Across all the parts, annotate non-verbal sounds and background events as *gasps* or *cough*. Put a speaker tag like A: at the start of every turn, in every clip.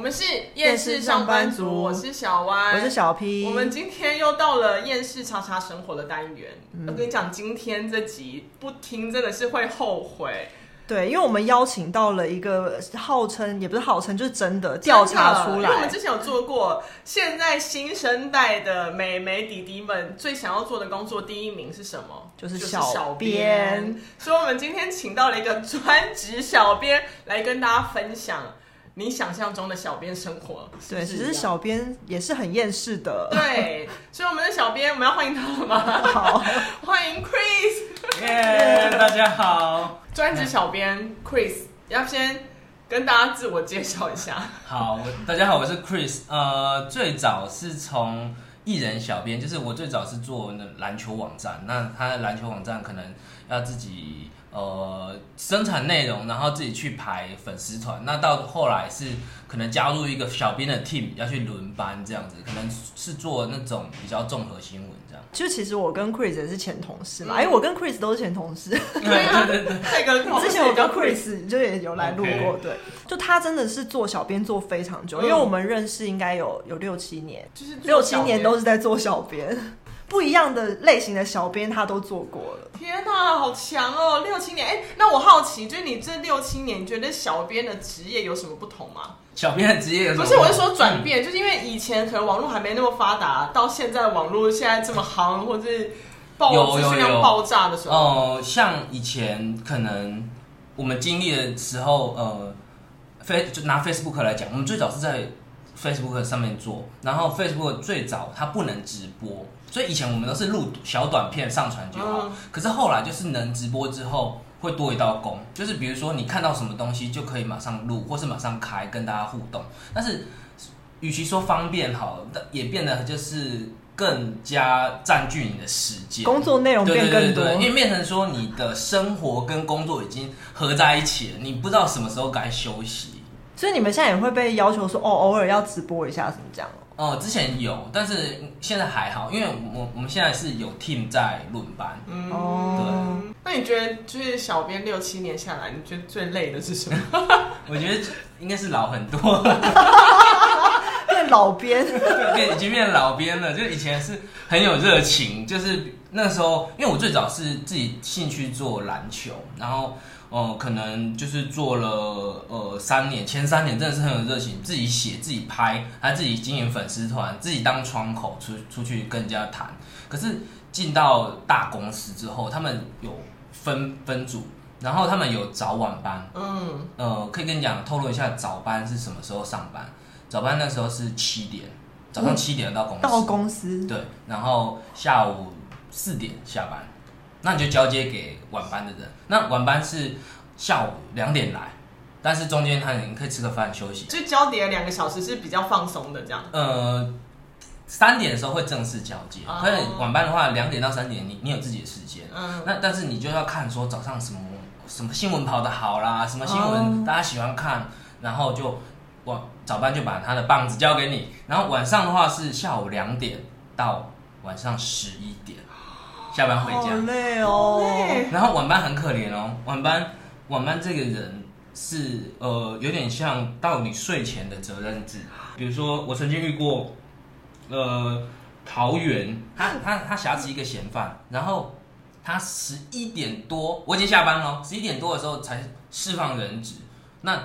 A: 们是厌世上班族，我是小歪，
B: 我是小 P。
A: 我们今天又到了厌世叉叉生活的单元。
B: 嗯
A: 我跟你讲，今天这集不听真的是会后悔。
B: 对，因为我们邀请到了一个号称也不是号称，就是真的调查
A: 真的
B: 出
A: 因为我们
B: 来
A: 之，前有做过，现在新生代的美眉弟弟们最想要做的工作，第一名是什么？
B: 就是
A: 小
B: 小
A: 编。
B: 编
A: 所以，我们今天请到了一个专职小编来跟大家分享你想象中的小编生活。
B: 对，
A: 是
B: 只
A: 不
B: 是
A: 一样
B: 小编也是很厌世 *laughs*
A: *laughs*
B: 的。
A: 对，所以我们的小编，我们要欢迎他了吗？ *laughs*
B: 好，
A: 欢迎 Chris，
C: 耶，大家好，
A: 专职小编 Chris，要先跟大家自我介绍一
B: *laughs*
A: 下。
C: 好，我大家好，我是 Chris。呃，最早是从艺人小编，就是我最早是做那篮球网站，那他的篮球网站可能要自己呃生产内容，然后自己去排粉丝团。那到后来是可能加入一个小编的 team，要去轮班这样子，可能是做那种比较综合新闻这样。
B: 就其实我跟 Chris 也是前同事嘛，
A: 嗯
B: 哎、我跟 Chris 都是前同事。
A: 对啊， *laughs* 那个
B: *laughs*
A: 哦
B: 之前我跟
A: 叫
B: Chris 就也有来录过
C: OK
B: 对，就他真的是做小编做非常久，
A: 嗯
B: 因为我们认识应该有有六七年，
A: 就是做
B: 六七
A: 小
B: 年
A: 编
B: 都是在做小编，不一样的类型的小编他都做过了。
A: 天呐，好强哦！六七年，哎、那我好奇，就是你这六七年，你觉得小编的职业有什么不同吗？
C: 小编的职业有什
A: 不
C: 么
A: 是，我是说转变，就是因为以前可能网络还没那么发达，到现在网络现在这么夯，或者是爆
C: 有
A: 资
C: 有
A: 讯量
C: 有
A: 爆炸的时候，
C: 哦、像以前可能我们经历的时候，呃，非就拿 Facebook 来讲，我们最早是在 Facebook 上面做，然后 Facebook 最早它不能直播，所以以前我们都是录小短片上传就好。
A: 嗯
C: 可是后来就是能直播之后，会多一道工，就是比如说你看到什么东西就可以马上录，或是马上开跟大家互动。但是与其说方便好了，但也变得就是更加占据你的时间，
B: 工作内容
C: 对
B: 变更
C: 对
B: 多，
C: 对对，因为变成说你的生活跟工作已经合在一起了，你不知道什么时候该休息。
B: 所以你们现在也会被要求说，哦，偶尔要直播一下，怎么这样哦？
C: 哦、之前有，但是现在还好，因为我我们现在是有 team 在轮班。
A: 嗯，
B: 哦
A: 那你觉得就是小编六七年下来，你觉得最累的是什
C: *laughs*
A: 么？
C: 我觉得应该是老很多， *laughs*
B: 变老编，
C: 对，已经变老编了。就以前是很有热情，就是那时候，因为我最早是自己兴趣做篮球，然后呃，可能就是做了呃三年，前三年真的是很有热情，自己写、自己拍，还自己经营粉丝团，自己当窗口出出去跟人家谈。可是进到大公司之后，他们有分分组，然后他们有早晚班，
A: 嗯，
C: 呃，可以跟你讲透露一下早班是什么时候上班？早班那时候是七点，早上七点到公司，
B: 到公司，
C: 对，然后下午四点下班，那你就交接给晚班的人。那晚班是下午两点来，但是中间他你可以吃个饭休息。
A: 就交叠两个小时是比较放松的这样。
C: 呃，三点的时候会正式交接，
A: 哦
C: 可是晚班的话，两点到三点你你有自己的时间，
A: 嗯，
C: 那但是你就要看说早上什么什么新闻跑得好啦，什么新闻
B: 哦
C: 大家喜欢看，然后就晚早班就把他的棒子交给你，然后晚上的话是下午两点到晚上十一点下班回
B: 好
C: 家，
B: 累哦，
A: 累
C: 然后晚班很可怜哦，晚班晚班这个人是呃有点像到你睡前的责任制，比如说我曾经遇过，呃桃园，他他他挟持一个嫌犯，然后他十一点多我已经下班了哦，十一点多的时候才释放人质，那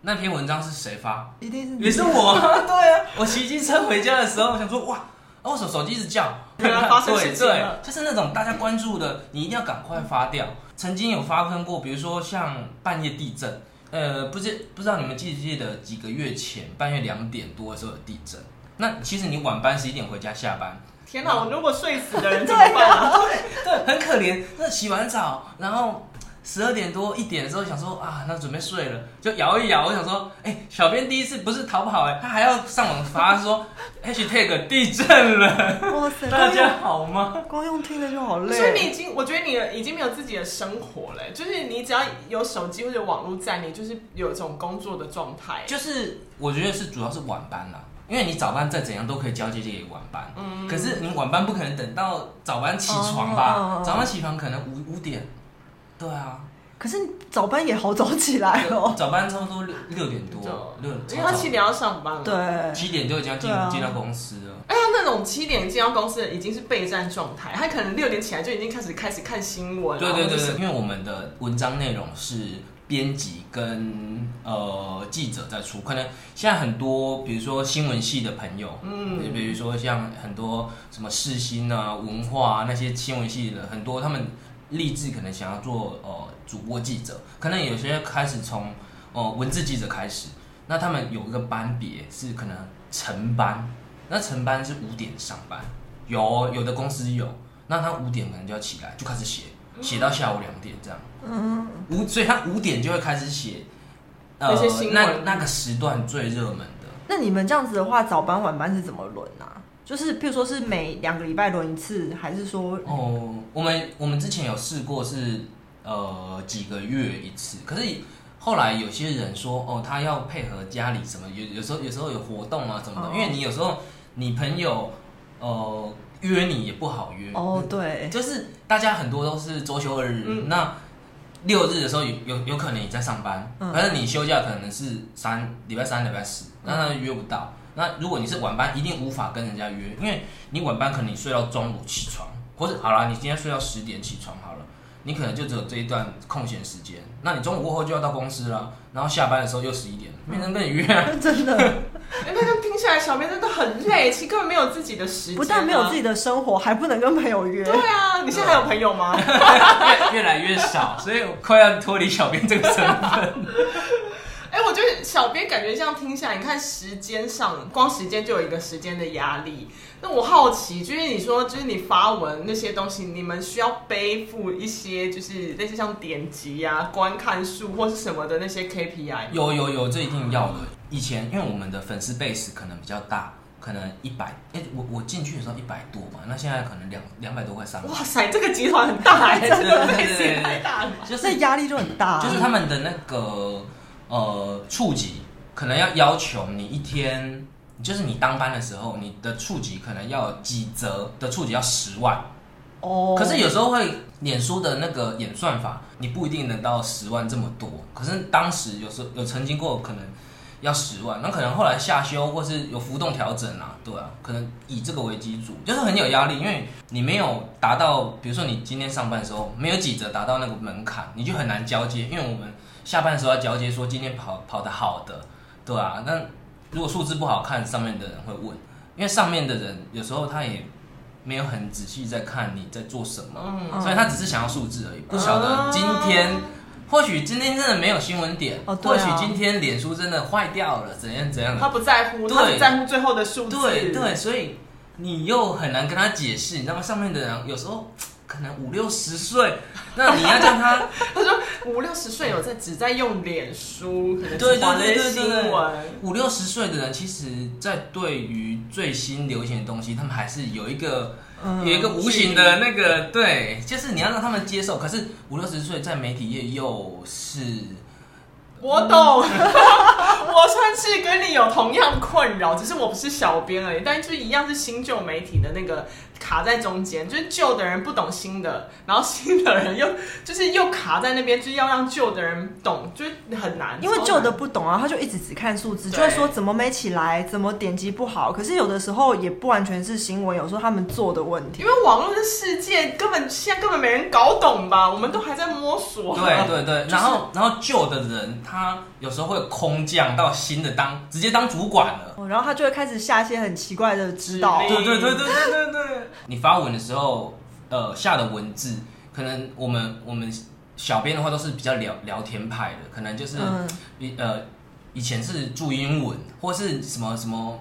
C: 那篇文章是谁发？
B: 一定是你
C: 也
A: *laughs*
C: 是我啊，对啊，我骑机车回家的时候想说哇，啊我手手机一直叫，
A: 原
C: *laughs*
A: 来啊发生事情
C: 对对
A: 了，
C: 就是那种大家关注的，你一定要赶快发掉。曾经有发生过，比如说像半夜地震，呃，不知不知道你们记不记得几个月前半夜两点多的时候有地震。那其实你晚班十一点回家下班，
A: 天哪，我如果睡死的人怎么办啊？ *laughs*
C: 对，很可怜。那洗完澡，然后十二点多一点的时候想说啊，那准备睡了，就摇一摇。我想说，哎、小编第一次不是逃跑、哎，他还要上网发说 hashtag 地震了，
B: 哇塞，
C: 大
B: 光用
C: 家
B: *laughs*
C: 好吗？
B: 光用听着就好
C: 啊
B: 累，
A: 所以你已经，我觉得你已经没有自己的生活了、就是你只要有手机或者网络在，你就是有一种工作的状态。
C: 就是我觉得是主要是晚班啦。因为你早班再怎样都可以交接给晚班，可是你晚班不可能等到早班起床吧？
B: 嗯哦
C: 早班起床可能五五点，对啊，
B: 可是早班也好早起来哦。
C: 早班差不多六六点多，六
A: 因
C: 超
A: 为他
C: 早
A: 七点要上班了。
B: *laughs* 对，
C: 七点就已经要进
B: 对啊
C: 进到公司了。
A: 哎呀，那种七点进到公司的已经是备战状态，他可能六点起来就已经开始开始看新闻啊，
C: 对对
A: 或
C: 对
A: 者是
C: 对，因为我们的文章内容是编辑跟呃记者在出，可能现在很多，比如说新闻系的朋友，嗯，比如说像很多什么世新啊、文化啊那些新闻系的，很多他们立志可能想要做呃主播记者，可能有些开始从呃文字记者开始，那他们有一个班别是可能晨班，那晨班是五点上班，有哦有的公司有，那他五点可能就要起来就开始写，
A: 嗯
C: 写到下午两点这样，
B: 嗯，
C: 五所以他五点就会开始写，呃
A: 那些新闻
C: 那那个时段最热门的。
B: 那你们这样子的话，早班晚班是怎么轮啊？就是譬如说是每两个礼拜轮一次，还是说
C: 哦，我们我们之前有试过是呃几个月一次，可是后来有些人说哦，他要配合家里什么，有有时候有时候有活动啊什么的，
B: 哦
C: 因为你有时候你朋友呃约你也不好约
B: 哦，对，
C: 就是大家很多都是周休二日，
A: 嗯
C: 那六日的时候有有有可能你在上班，
B: 嗯
C: 但是你休假可能是三礼拜三、礼拜四，那他就约不到。那如果你是晚班，一定无法跟人家约，因为你晚班可能你睡到中午起床，或者好啦，你今天睡到十点起床好了，你可能就只有这一段空闲时间。那你中午过后就要到公司了，然后下班的时候又十一点了，没人跟你约啊、
B: 真的
A: 哎，那就听起来小编真的很累，其实根本没有自己的时间、啊
B: 不但没有自。己的啊生活，还不能跟朋友约。
A: 对啊，你现在还有朋友吗？
C: *laughs* 越越来越少，所以我快要脱离小编这个身份。
A: *laughs* 哎、我觉得小编感觉这样听下来，你看时间上，光时间就有一个时间的压力。那我好奇，就是你说，就是你发文那些东西，你们需要背负一些，就是类似像点击啊、观看数或是什么的那些 KPI 吗。
C: 有有有，这一定要的。以前因为我们的粉丝 base 可能比较大，可能一百，哎，我我进去的时候一百多嘛，那现在可能两两百多块三百，
A: 哇塞，这个集团很大哎、
C: 对
A: 真的
C: 对对
A: 类似
C: 对
A: 也太大了吧。
C: 就是
B: 所以压力就很大、
C: 就是他们的那个呃触及，可能要要求你一天，就是你当班的时候，你的触及可能要有几折的触及要十万，
B: 哦，
C: 可是有时候会，脸书的那个演算法，你不一定能到十万这么多。可是当时有时候有曾经过可能要十万，那可能后来下修或是有浮动调整啊，对啊，可能以这个为基础，就是很有压力，因为你没有达到，比如说你今天上班的时候没有几折达到那个门槛，你就很难交接，因为我们下班的时候要交接说今天跑跑得好的，对啊，那如果数字不好看，上面的人会问，因为上面的人有时候他也没有很仔细在看你在做什么，
A: 嗯
C: 所以他只是想要数字而已，
B: 嗯
C: 不晓得今天。或许今天真的没有新闻点，
B: 哦对
C: 或
B: 啊
C: 许今天脸书真的坏掉了，怎样怎样的
A: 他不在乎，他只
C: 对
A: 在乎最后的数字。
C: 对对，所以你又很难跟他解释，你知道吗？上面的人有时候可能五六十岁，那你要叫他
A: 他说五六十岁有在只在用脸书，可能
C: 对
A: 只
C: 对
A: 划那
C: 对
A: 些
C: 对对
A: 新闻。
C: 五六十岁的人，其实在对于最新流行的东西，他们还是有一个
B: 嗯
C: 有一个无形的那个对，就是你要让他们接受。可是五六十岁在媒体业又是
A: 我懂， *laughs* 我算是跟你有同样困扰，只是我不是小编而已，但就是一样是新旧媒体的那个卡在中间，就是旧的人不懂新的，然后新的人又就是又卡在那边，就是要让旧的人懂，就是很难，
B: 因为旧
A: 超
B: 的
A: 难
B: 不懂啊，他就一直只看数字，
A: 对
B: 就会说怎么没起来，怎么点击不好。可是有的时候也不完全是新闻，有时候他们做的问题。
A: 因为网络的世界根本现在根本没人搞懂吧，我们都还在摸索。
C: 对对对，然后然后旧的人他有时候会空降到新的当直接当主管了。
B: 哦然后他就会开始下一些很奇怪的指导
A: 指。令
C: 对对对对对对对。你发文的时候，呃，下的文字，可能我们我们小编的话都是比较聊聊天派的，可能就是、
B: 嗯，
C: 一呃以前是注英文或是什么什么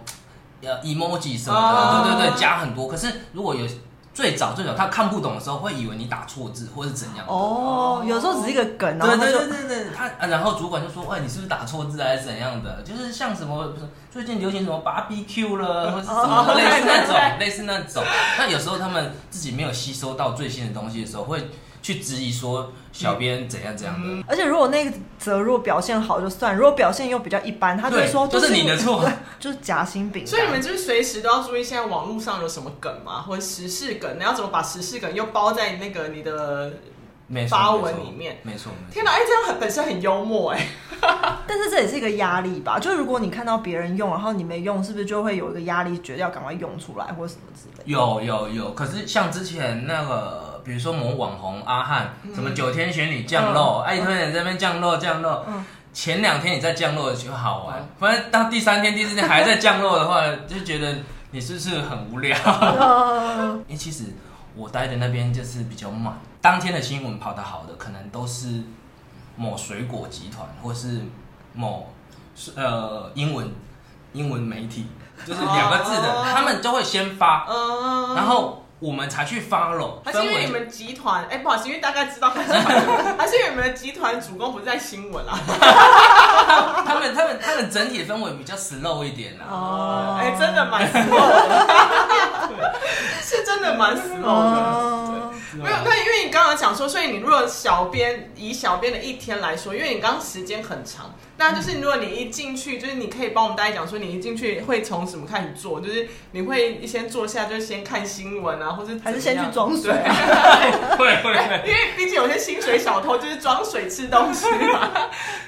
C: 呃 emoji 什么的，
A: 哦
C: 对对对，加很多。可是如果有最早最早他看不懂的时候，会以为你打错字或是怎样的。
B: 哦，有时候只是一个梗，然后
C: 对
B: 他
C: 对
B: 就
C: 对对对，他啊然后主管就说：“喂，你是不是打错字还是怎样的？就是像什么最近流行什么 BBQ 了，或是什么
A: 哦
C: 类似那
A: 对对
C: 种，类似那种。那有时候他们自己没有吸收到最新的东西的时候，会去质疑说小编怎样怎样的。
A: 嗯
B: 而且如果那个则如果表现好就算，如果表现又比较一般，他就会
C: 对
B: 说
C: 都是你的错
B: 对 *laughs* 就是夹心饼干。
A: 所以你们就是随时都要注意现在网络上有什么梗嘛，或者时事梗，你要怎么把时事梗又包在那个你的
C: 没错
A: 发
C: 没
A: 文
C: 错
A: 里面。
C: 没错，没错
A: 天哪，哎，这样很本身很幽默哎、
B: 但是这也是一个压力吧？就如果你看到别人用，然后你没用，是不是就会有一个压力，觉得要赶快用出来或者什么之类的？
C: 有有有，可是像之前那个，比如说某网红阿汉，
A: 嗯
C: 什么九天玄女降落，哎、一堆人在那边降落降落，
B: 嗯
C: 前两天你在降落就好玩
A: 嗯，
C: 反正到第三天、第四天还在降落的话， *laughs* 就觉得你是不是很无聊？ *laughs*
B: 呃，
C: 因为其实我待的那边就是比较慢，当天的新闻跑得好的，可能都是某水果集团或是某呃英文英文媒体，就是两个字的，
A: 哦
C: 他们都会先发。
A: 嗯，啊
C: 然后我们才去 follow
A: 还是因为你
C: 分为
A: 们集团，哎、不好意思，因为大概知道他是集团，还是因为你们的集团主攻不在新闻啊？
C: 他们他们他们整体的氛围比较 slow 一点啊啦。
B: 哦
A: 哎、真的蛮 slow 的，是真的蛮 slow 的。
B: 哦，
C: 是吗
A: 没有，那因为你刚刚讲说，所以你如果小编以小编的一天来说，因为你刚刚时间很长，那就是如果你一进去，就是你可以帮我们大家讲说，你一进去会从什么开始做，就是你会先坐下，就是先看新闻啊，或是怎么样
B: 还是先去装水啊
A: 对
C: *laughs* 会会会，
A: 因为毕竟有些薪水小偷就是装水吃东西嘛，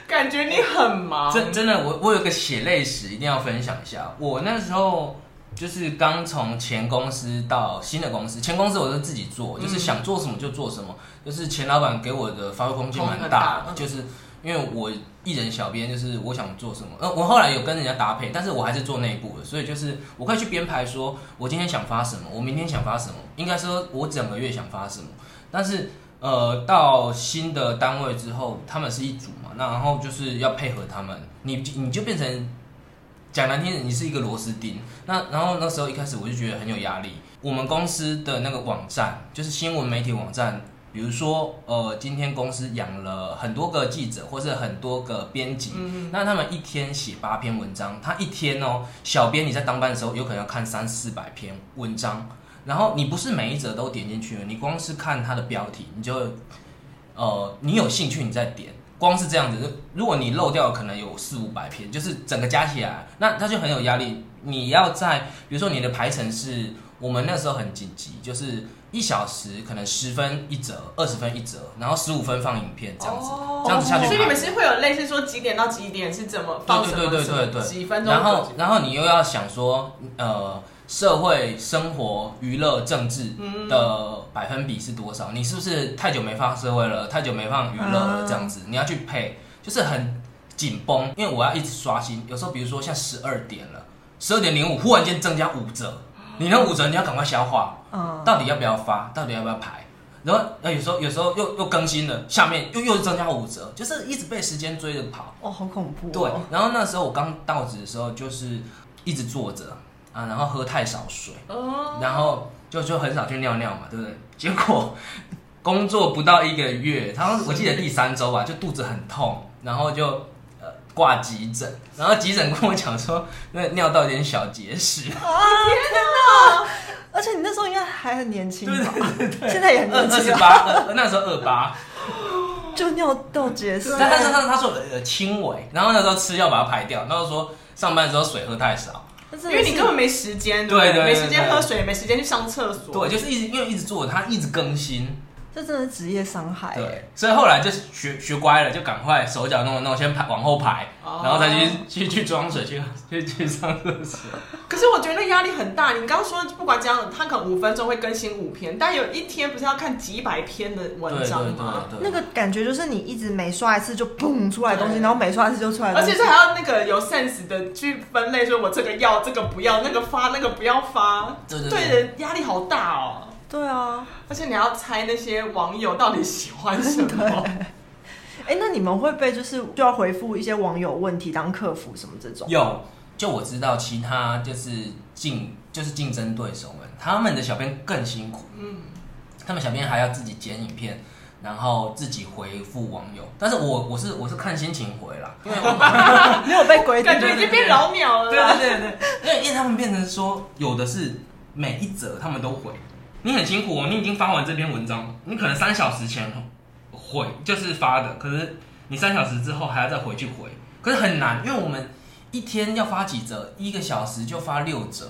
A: 感觉你很忙。
C: 真真的，我我有个血泪史一定要分享一下。我那时候就是刚从前公司到新的公司，前公司我是自己做，就是想做什么就做什么，就是前老板给我的发挥空间蛮大
A: 空间很大
C: 的，
A: 嗯
C: 就是因为我艺人小编，就是我想做什么，呃，我后来有跟人家搭配，但是我还是做内部的，所以就是我可以去编排说，我今天想发什么，我明天想发什么，应该说我整个月想发什么，但是。呃，到新的单位之后，他们是一组嘛，那然后就是要配合他们，你你就变成讲难听点，你是一个螺丝钉。那然后那时候一开始我就觉得很有压力。我们公司的那个网站，就是新闻媒体网站，比如说呃，今天公司养了很多个记者，或是很多个编辑，
A: 嗯，
C: 那他们一天写八篇文章，他一天哦，小编你在当班的时候有可能要看三四百篇文章，然后你不是每一则都点进去了，你光是看它的标题，你就呃，你有兴趣你再点，光是这样子，如果你漏掉可能有四五百篇，就是整个加起来，那他就很有压力。你要在比如说你的排程是，我们那时候很紧急，就是一小时可能十分一折，二十分一折，然后十五分放影片这样子，
A: 哦
C: 这样子下去
A: 所以
C: 排
A: 你们是会有类似说几点到几点是怎么放什么
C: 对对对对对对，
A: 几分钟
C: 然后然后你又要想说，呃，社会生活、娱乐、政治
A: 嗯
C: 的百分比是多少？你是不是太久没放社会了，太久没放娱乐了？
B: 啊
C: 这样子，你要去配，就是很紧绷，因为我要一直刷新。有时候比如说像十二点了，十二点零五忽然间增加五折，你那五折你要赶快消化，
B: 嗯，
C: 到底要不要发，到底要不要排。然后，那有时候有时候又又更新了，下面又又增加五折，就是一直被时间追着跑。
B: 哦，好恐怖、哦，
C: 对，然后那时候我刚到职的时候，就是一直坐着啊，然后喝太少水，
A: 哦，
C: 然后就就很少去尿尿嘛，对不对？结果工作不到一个月，然后我记得第三周吧，就肚子很痛，然后就呃挂急诊，然后急诊跟我讲说，那尿道有点小结石，
B: 而且你那时候应该还很年轻
C: 对
B: 吧？现在也很
C: 二
B: 年
C: 二
B: 轻
C: 十
B: 啊，
C: 八，呃那时候二八，
B: 就尿道结石。
C: 但但是他他说呃轻微，然后那时候吃药把它排掉，然后说上班的时候水喝太少。
B: 但是
A: 因为你根本没时间，不
C: 对对对
A: 没
C: 对
A: 时间喝水，没时间去上厕所，
C: 对，，就是一直因为一直做，它一直更新，
B: 这真的是职业伤害耶。
C: 对，所以后来就学学乖了，就赶快手脚弄一弄，先排往后排，
A: 哦
C: 然后再去去去装水，去去 *laughs* 去上厕所。
A: 可是我觉得压力很大。你刚刚说不管怎样，他可能五分钟会更新五篇，但有一天不是要看几百篇的文章吗？
C: 对
B: 那个感觉就是你一直每刷一次就砰出来东西，
A: 对
B: 然后每刷一次就出来
A: 而
B: 东西，
A: 且这还要那个有 sense 的去分类，说我这个要，这个不要，那个发，那个不要发，
C: 对对对
A: 对人压力好大哦。
B: 对啊，
A: 而且你要猜那些网友到底喜欢什
B: *laughs*
A: 么，
B: 哎、那你们会被就是就要回复一些网友问题当客服什么这种？
C: 有，就我知道其他就是竞就是竞争对手们，他们的小编更辛苦，
A: 嗯，
C: 他们小编还要自己剪影片。然后自己回复网友，但是我我是我是看心情回啦，因为我
B: 没有被规定
A: 感觉已经变老鸟了
C: 对
B: 啊
A: 啦。
C: 对对对，因为因为他们变成说，有的是每一则他们都回，你很辛苦哦，你已经发完这篇文章，你可能三小时前回就是发的，可是你三小时之后还要再回去回，可是很难，因为我们一天要发几则，一个小时就发六则。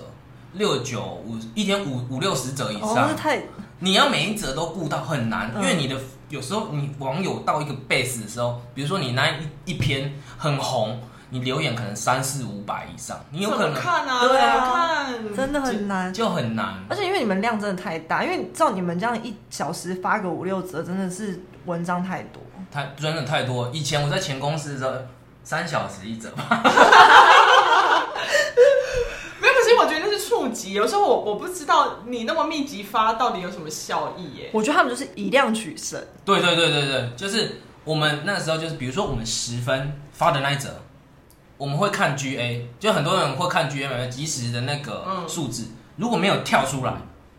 C: 六九五一天五五六十则以
B: 哦，
C: 上，
B: 那太
A: 嗯
C: 你要每一则都顾到很难，因为你的有时候你网友到一个 base 的时候，比如说你那一一篇很红，你留言可能三四五百以上，你有可
A: 怎么
C: 能
A: 看啊，
C: 对啊
A: 怎么看，
B: 真的很难。
C: 就很难。
B: 而且因为你们量真的太大，因为照你们这样一小时发个五六折，真的是文章太多。
C: 太真的太多。以前我在前公司的时候，三小时一折吧。
A: 没有。可是我觉得那是触及，有时候我我不知道你那么密集发到底有什么效益耶。
B: 我觉得他们就是以量取胜，
C: *laughs* 对对对对对，就是我们那时候就是，比如说我们十分发的那一折，我们会看 GA，就很多人会看 GA 买及时的那个
A: 嗯
C: 数字，如果没有跳出来，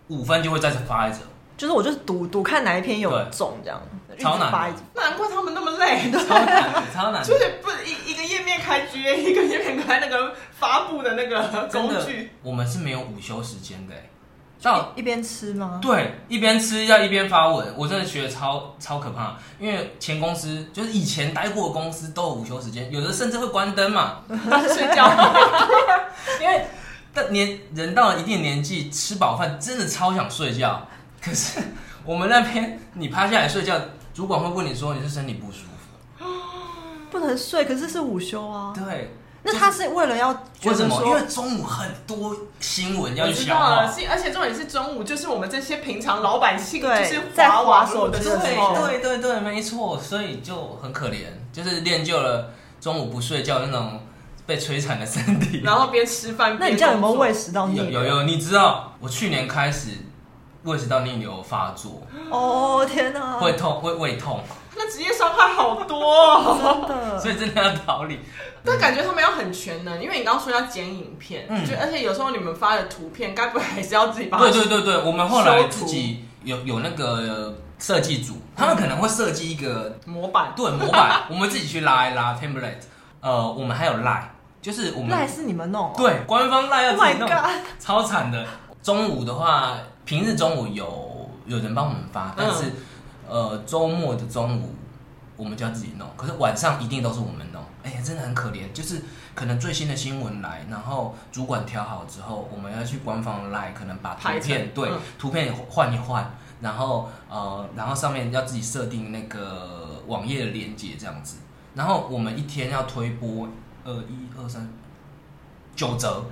C: 五分就会再发一折。
B: 就是我就是赌赌看哪一篇有
C: 对
B: 中这样，一直
C: 超难
B: 发一直
A: 难怪他们那么
B: *laughs*
A: 累，
C: 超难，超难
A: 就。是不一一个页面开 GA，一 *laughs* 个页面开那个发布的那个
C: 真
A: 工
C: 的
A: 具，，
C: 我们是没有午休时间的欸。到
B: 一边吃吗？
C: 对，一边吃要一边发文，我真的学得超超可怕。因为前公司就是以前待过的公司都有午休时间，有的甚至会关灯
A: *laughs*
C: 嘛。
A: 当睡
B: *laughs*
A: 觉。
C: 因为但年人到了一定年纪，吃饱饭真的超想睡觉。可是我们那边你趴下来睡觉，主管会问你说你是身体不舒服。
B: 不能睡，可是是午休
A: 哦
B: 啊。
C: 对，
B: 那他是为了要觉
C: 为
B: 得
C: 什么？因为
B: 说，
C: 中午很多新闻要
A: 我
C: 去
A: 知
C: 消
A: 道
C: 化
B: 啊
A: 了，。是而且重点是中午，就是我们这些平常老百姓，就
B: 对
A: 是
B: 在
A: 滑
B: 滑
A: 网
B: 手
A: 络的
B: 机
A: 时
B: 的时
A: 候
B: 候，
C: 对对对，没错，所以就很可怜，就是练就了中午不睡觉那种被摧残的身体。
A: 然后边吃饭，
B: 那你
A: 边
B: 这样有没有
A: 工作
B: 胃食道逆
C: 有
B: 流？
C: 有有，你知道我去年开始胃食道逆流发作，
B: 哦天哪、
C: 会痛，会胃痛，
A: 那职业伤害好多、哦，
B: 真的，
C: *laughs* 所以真的要逃离。
A: *laughs* 但感觉他们要很全能，因为你刚刚说要剪影片，
C: 嗯
A: 就而且有时候你们发的图片，该不会还是要自己把它
C: 对对对对，我们后来
A: 修图
C: 自己有有那个设计组，他们可能会设计一个
A: 模板？
C: 对模
A: *laughs*
C: 板，我们自己去拉一拉 template。呃，我们还有 line，就是我们
B: 赖是你们弄、哦。
C: 对官方 line 要
B: ，Oh
C: 自己
B: my
C: 弄。
B: god！
C: 超惨的。中午的话，平日中午有有人帮我们发，但
B: 嗯
C: 是、呃周末的中午我们就要自己弄，可是晚上一定都是我们弄。哎呀，真的很可怜，就是可能最新的新闻来，然后主管调好之后，我们要去官方 line，可能把图
A: 排成
C: 片对、
A: 嗯
C: 图片换一换，然后呃然后上面要自己设定那个网页的连接这样子，然后我们一天要推播呃一二三九
B: *gasps*
C: 折。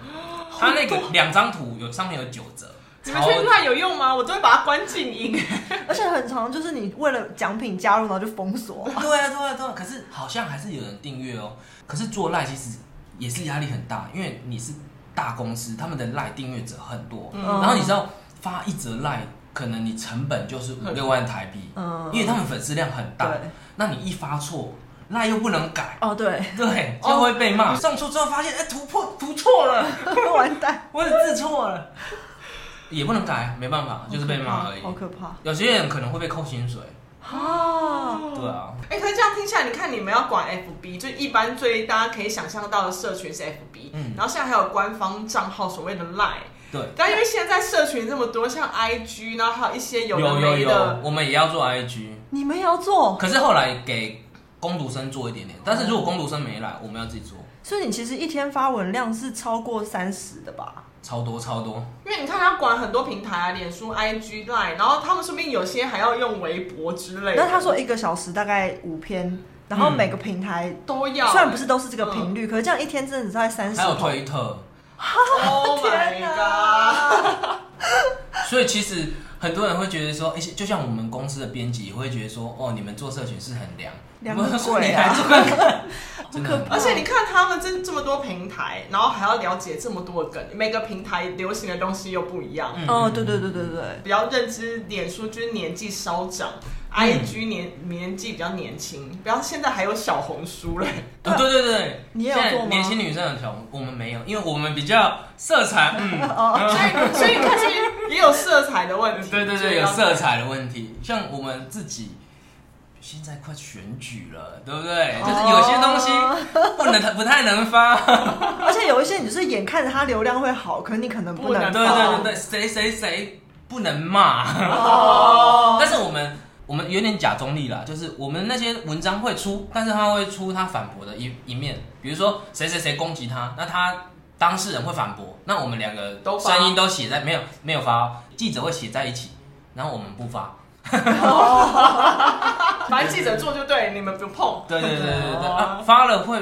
C: 他那个两张图有上面有九折，
A: 你们去
C: 超
A: 那有用吗？我都会把它关静音。
B: 而且很长，就是你为了奖品加入，然后就封锁。
C: 对啊对啊对啊，可是好像还是有人订阅哦。可是做赖其实也是压力很大，因为你是大公司，他们的赖订阅者很多，
A: 嗯
C: 然后你知道发一则赖，可能你成本就是五六万台币，
B: 嗯，
C: 因为他们粉丝量很大，
B: 对，
C: 那你一发错，赖又不能改，
B: 哦
C: *laughs*
B: 嗯对，
C: 对，就会被骂。送出之后发现，哎、图破图错了，
B: 完蛋，
C: 我的字错
B: *laughs*
C: 了，也不能改，啊没办法，就是被骂而已。
B: 好可怕
C: 有些人可能会被扣薪水，
B: 啊！
C: 对啊。
A: 哎、可是这样听起来，你看你们要管 FB，就一般最大家可以想象到的社群是 FB，、
C: 嗯
A: 然后现在还有官方账号所谓的 Line，
C: 对，
A: 但因为现在社群这么多，像 IG，然后还有一些
C: 有
A: 的
C: 有
A: 没
C: 有
A: 的，，
C: 我们也要做 IG，
B: 你们也要做，
C: 可是后来给工读生做一点点，但是如果工读生没来，我们要自己做，
B: 所以你其实一天发文量是超过三十的吧？
C: 超多超多，
A: 因为你看他管很多平台啊，脸书、IG、Line，然后他们说不定有些还要用微博之类的。
B: 那他说一个小时大概五篇，然后
C: 嗯
B: 每个平台
A: 都要、
B: 虽然不是都是这个频率，
A: 嗯
B: 可是这样一天真的只在三十。
C: 还有推特，
B: *laughs*
A: ，Oh my
B: 天哪
A: Oh god！
C: 所以其实很多人会觉得说，一些就像我们公司的编辑也会觉得说，哦，你们做社群是很凉，
B: 凉
C: 我们
B: 个
C: 说
B: 鬼
C: 你
B: 啊
C: 来做看看，真的
B: 好可
C: 很
B: 怕
A: 而且你看他们这这么多平台，然后还要了解这么多的梗，每个平台流行的东西又不一样。
C: 嗯
B: 哦，对对对对对，
A: 比较认知脸书就是年纪稍长、i
B: 嗯
A: g 年年纪比较年轻，不要现在还有小红书
B: *laughs*
A: 嘞。
C: 哦，对对对，
B: 你也有
C: 现在
B: 做吗
C: 年轻女生很穷，我们没有，因为我们比较色彩，嗯，
A: 所以所以你看，所以也有色彩的问题。
C: 对对
A: 所以
C: 对，有
A: 要
C: 色。彩的问题。像我们自己现在快选举了，对不对？
A: 哦
C: 就是有些东西不能不太能发。
A: 哦
B: 而且有一些你就是眼看着它流量会好，可是你可能不
A: 不
C: 对
A: 能
B: 能
C: 对对
B: 放。
C: 对，谁谁谁不能骂。
A: 哦
C: 但是我们我们有点假中立啦，就是我们那些文章会出，但是他会出他反驳的一一面，比如说谁谁谁攻击他，那他。当事人会反驳，那我们两个
A: 都发
C: 声音都写在没有没有发哦，记者会写在一起，然后我们不发，
A: 哦 *laughs* 反正记者做就对，你们不碰。
C: 对对对对对，
A: 哦
C: 啊、发了会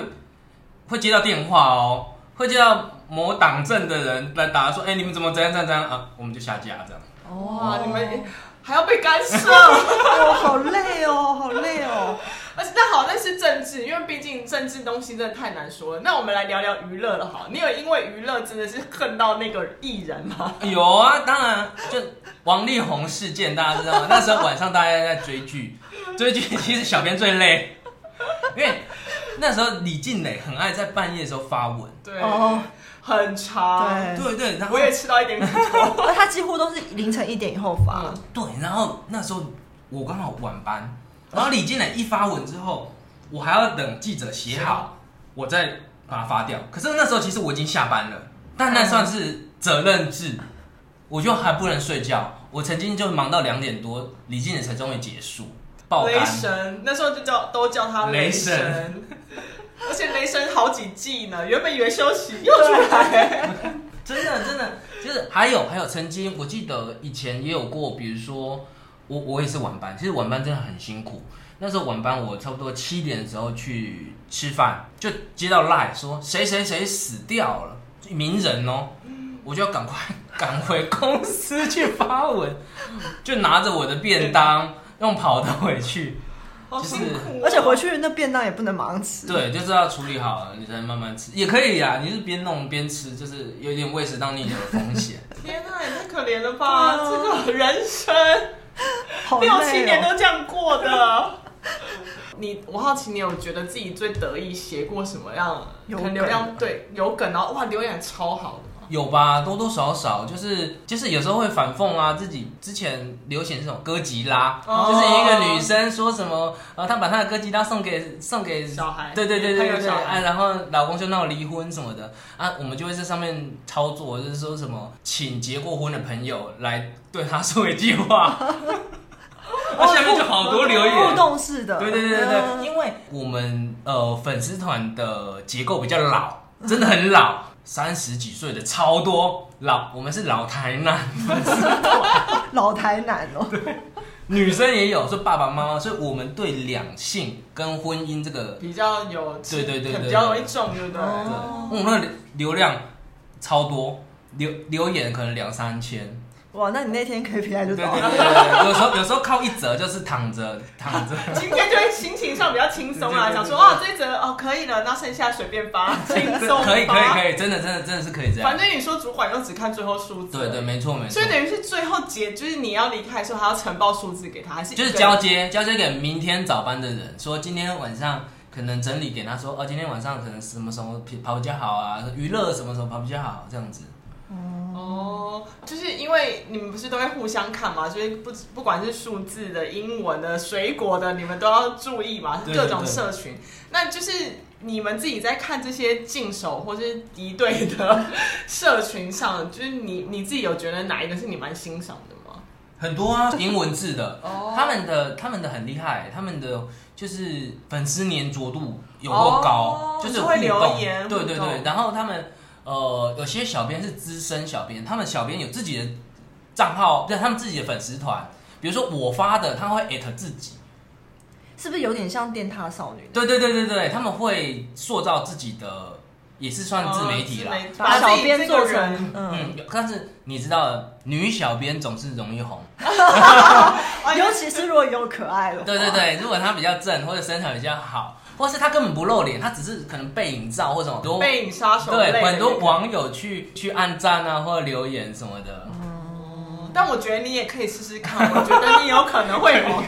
C: 会接到电话哦，会接到某党政的人来打说，哎、你们怎么怎样怎样怎样啊？我们就下架这样。
A: 哇，
B: 哇
A: 你
C: 哦
A: 们还要被干
C: *laughs*
A: 涉，
B: 哦，好累哦，好累哦。
A: 而且那好，那是政治，因为毕竟政治东西真的太难说了。那我们来聊聊娱乐了，好，你有因为娱乐真的是恨到那个艺人吗？
C: 有啊，当然，就王力宏事件大家知道吗？ *laughs* 那时候晚上大家在追剧，追剧其实小编最累，因为那时候李静蕾很爱在半夜的时候发文，
A: 对，
B: 哦，
A: 很长，
B: 对，
C: 对对，然后
A: 哎我也吃到一点苦
C: *laughs*
A: 头。
B: 而他几乎都是凌晨一点以后发。
A: 嗯
C: 对，然后那时候我刚好晚班，然后李静蕾一发文之后，我还要等记者写好，我再把它发掉。可是那时候其实我已经下班了，但那算是责任制，我就还不能睡觉。我曾经就忙到两点多，李静蕾才终于结束，爆
A: 雷
C: 肝。
A: 神那时候就叫都叫他雷
C: 哦雷
A: 神，
C: 神
A: 而且雷神好几季呢，原本以为休息又出来，
C: *laughs* 真的真的，就是还有还有，曾经我记得以前也有过，比如说我我也是晚班，其实晚班真的很辛苦。那时候晚班我差不多七点的时候去吃饭，就接到赖说谁谁谁死掉了，名人哦，我就要赶快 *laughs* 赶回公司去发文，就拿着我的便当用跑的回去，
A: 好辛苦、哦。
B: 而且回去那便当也不能马上吃。
C: 对，就是要处理好了你才慢慢吃，也可以啊，你是边弄边吃，就是有点喂食到逆流的风险。
A: 天呐，也太可怜了吧！
B: 对啊
A: 这个人生
B: 好累、哦。
A: 六七年都这样过的。 *laughs* 你，我好奇你有觉得自己最得意写过什么样？
B: 有
A: 可能
B: 梗
A: 流量对有梗，然后哇，流量也超好的嘛。
C: 有吧，多多少少就是就是有时候会反讽啊，自己之前流行这种哥吉拉，
A: 哦
C: 就是一个女生说什么，呃，她把她的哥吉拉送给送给
A: 小孩
C: 对对对
A: 她
C: 对
A: 有
C: 对，
A: 小孩
C: 啊，然后老公就闹离婚什么的啊，我们就会在上面操作，就是说什么请结过婚的朋友来对她说一句
A: *laughs*
C: 话，啊，下面就好多留言
B: 互。动式的。
C: 对对对对
B: 嗯
C: 对，因为我们呃粉丝团的结构比较老，真的很老，三十几岁的超多老，我们是老台南，
B: 老台南哦、
C: 女生也有，是爸爸妈妈，所以我们对两性跟婚姻这个，
A: 比较有
C: 对对对对
A: 比较容易中，对不对？
C: 对
B: 哦
C: 我们的流量超多，留留言可能两三千，
B: 哇，那你那天 KPI 就
C: 对对
B: 到
C: 对
B: 了。
C: 对对，有时候有时候靠一折就是躺着躺着。
A: 今天就会心情上比较轻松啦，
C: 对对对对
A: 想说啊这一则哦可以了，那剩下随便
C: *laughs*
A: 发，轻松
C: 可以可以
A: 发。
C: 可以，真的真的真的是可以这样
A: 反。正你说主管又只看最后数字，
C: 对对，没错没错
A: 所以。等于是最后结，就是你要离开的时候，还要呈报数字给他，还是
C: 就是交接，交接给明天早班的人，说今天晚上可能整理给他说，哦，今天晚上可能什么什么跑比较好啊，娱乐什么什么跑比较好，这样子。
A: 哦，就是因为你们不是都会互相看嘛，就是不不管是数字的、英文的、水果的，你们都要注意嘛，
C: 对对
A: 各种
C: 对
A: 社群。那就是你们自己在看这些竞手或是敌对的社群上，就是你你自己有觉得哪一个是你蛮欣赏的吗？
C: 很多啊，英文字的，
A: 哦
C: 他们的他们的很厉害，他们的就是粉丝粘着度有够高，
A: 哦
C: 就是
A: 会
C: 互
A: 留
C: 动
A: 言
C: 对
A: 互
C: 对对
A: 动。
C: 然后他们呃，有些小编是资深小编，他们小编有自己的账号，对，他们自己的粉丝团，比如说我发的，他会艾特自己。
B: 是不是有点像电塔少女？
C: 对对对对对，他们会塑造自己的，也是算自媒体
A: 哦自
C: 啦。
A: 媒体
B: 把
A: 把
B: 小
A: 自己
B: 编
A: 这
B: 做
A: 个
B: 成
A: 人
B: 嗯，
C: 嗯，但是你知道的，女小编总是容
A: *laughs*
C: 易红。
A: 哎
B: 哦尤其是如果有可爱的，
C: 对对，对，如果她比较正，或者身材比较好，或是她根本不露脸，她只是可能背影照或者很多
A: 背影杀手类的
C: 哦对很
A: 那
C: 多
A: 个
C: 网友去去按赞啊，或者留言什么的。
A: 但我觉得你也可以试试看，我觉得你有可能会
C: *laughs*
A: 红。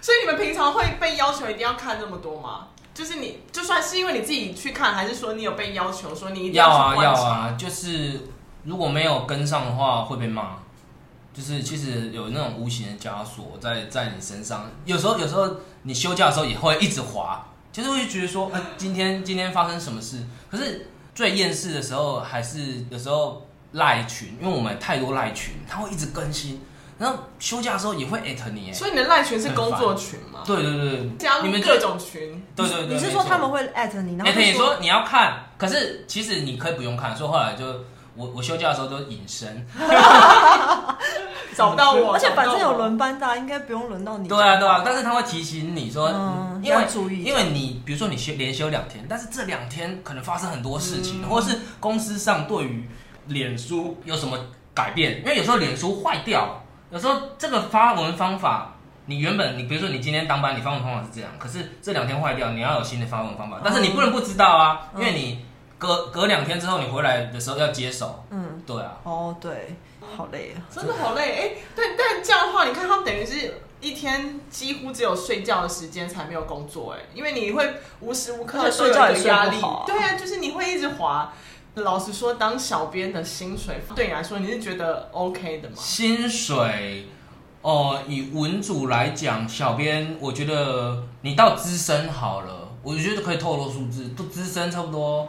A: 所以你们平常会被要求一定要看这么多吗？就是你就算是因为你自己去看，还是说你有被要求说你一定
C: 要
A: 去
C: 啊
A: 观
C: 要
A: 察？
C: 啊，就是如果没有跟上的话会被骂，就是其实有那种无形的枷锁在在你身上。有时候有时候你休假的时候也会一直滑，就是会觉得说，呃，今天今天发生什么事？可是最厌世的时候还是有时候赖群，因为我们太多赖群，它会一直更新，然后休假的时候也会艾特你。哎
A: 所以你的赖群是工作群吗？
C: 对对对，
A: 加
C: 你
A: 入
C: 们
A: 各种群，
C: 对对对，
B: 你是
C: 没
B: 说
C: 错
B: 他们会艾特你，然
C: 哎、
B: 后
C: 欸，你
B: 就
C: 说你要看，可是其实你可以不用看，所以后来就我我休假的时候都隐身，
A: 找不到我，
B: 而且反正有
A: 轮。
B: 轮班的啊，应该不用轮到你。
C: 对啊，对啊，但是他会提醒你说，
B: 嗯
C: 因为
B: 要注意
C: 因为你比如说你休连休两天，但是这两天可能发生很多事
B: 嗯
C: 情，或是公司上对于脸书有什么改变，因为有时候脸书坏掉，有时候这个发文方法。你原本你比如说你今天当班，你发文方法是这样，可是这两天坏掉，你要有新的发文方法，但是你不能不知道啊，因为你隔隔两天之后你回来的时候要接手，
B: 嗯，
C: 对啊，
B: 哦，对，好累啊。
A: 真的好累哎、对，但这样的话，你看他们等于是一天几乎只有睡觉的时间才没有工作哎、因为你会无时无刻
B: 而且
A: 都有
B: 睡
A: 一
B: 觉也
A: 个
B: 睡不
A: 压力
B: 好啊，
A: 对啊，就是你会一直滑。老实说，当小编的薪水对你来说，你是觉得 OK 的吗？
C: 薪水，哦，以文组来讲，小编，我觉得你到资深好了，我觉得可以透露数字，都资深差不多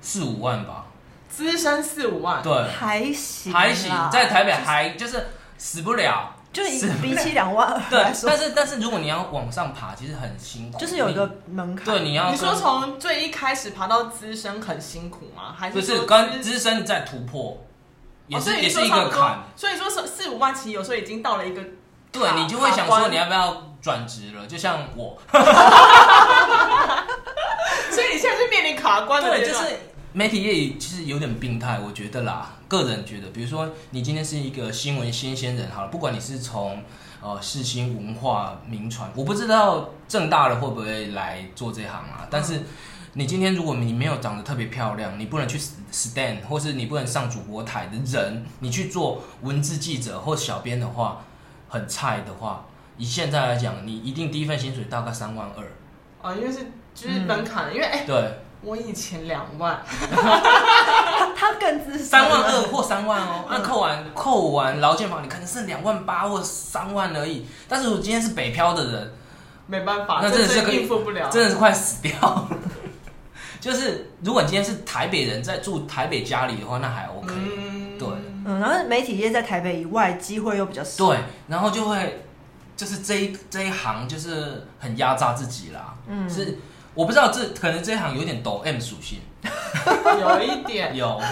C: 四五万吧，
A: 资深四五万，
C: 对，
B: 还行啦，
C: 还行，在台北还就是死不了，
B: 就是
C: 死
B: 以
C: 不
B: 比
C: 了
B: 起两万二
C: 对
B: 来，说
C: 但，是但是如果你要往上爬，其实很辛苦，
B: 就是有一
C: 你
B: 个门槛。
C: 对你要
A: 你说
C: 跟
A: 从最一开始爬到资深很辛苦吗？还
C: 不
A: 是
C: 是
A: 说
C: 跟
A: 资
C: 资深在突破，也
A: 哦
C: 是、
A: 所以
C: 也
A: 你说
C: 是一
A: 差
C: 个
A: 不多
C: 坎，
A: 所以说是四五万，其实有时候已经到了一个 *laughs*
C: 对
A: 卡
C: 你就会想
A: 卡
C: 说
A: 关
C: 你要不要转职了，就像我。
A: 所以你现在是面临卡关的
C: 对，
A: 阶
C: 就
A: 段
C: 是媒体业其实有点病态，我觉得啦，个人觉得，比如说你今天是一个新闻新鲜人，好了，不管你是从呃世新文化名传，我不知道正大的会不会来做这行啊，但是。你今天如果你没有长得特别漂亮，你不能去 stand，或是你不能上主播台的人，你去做文字记者或小编的话，很菜的话，以现在来讲，你一定第一份薪水大概三万二，
A: 啊，因为是就是门槛，因为哎、
C: 对，
A: 我以前两万，
B: 他他更资深，啊
C: 三万二或三万哦，
A: 嗯
C: 那扣完扣完劳健保，你可能剩两万八或三万而已。但是我今天是北漂的人，
A: 没办法，
C: 那
A: 这
C: 真的是
A: 次
C: 可以
A: 应付不了。
C: 真的是快死掉了。 *laughs* 就是如果你今天是台北人，在住台北家里的话，那还 OK。
A: 嗯
C: 对
B: 嗯，然后媒体业在台北以外机会又比较少。
C: 对，然后就会就是这一这一行就是很压榨自己啦。嗯，是我不知道这可能这一行有点抖 M 属性，
A: *laughs* 有一点
C: 有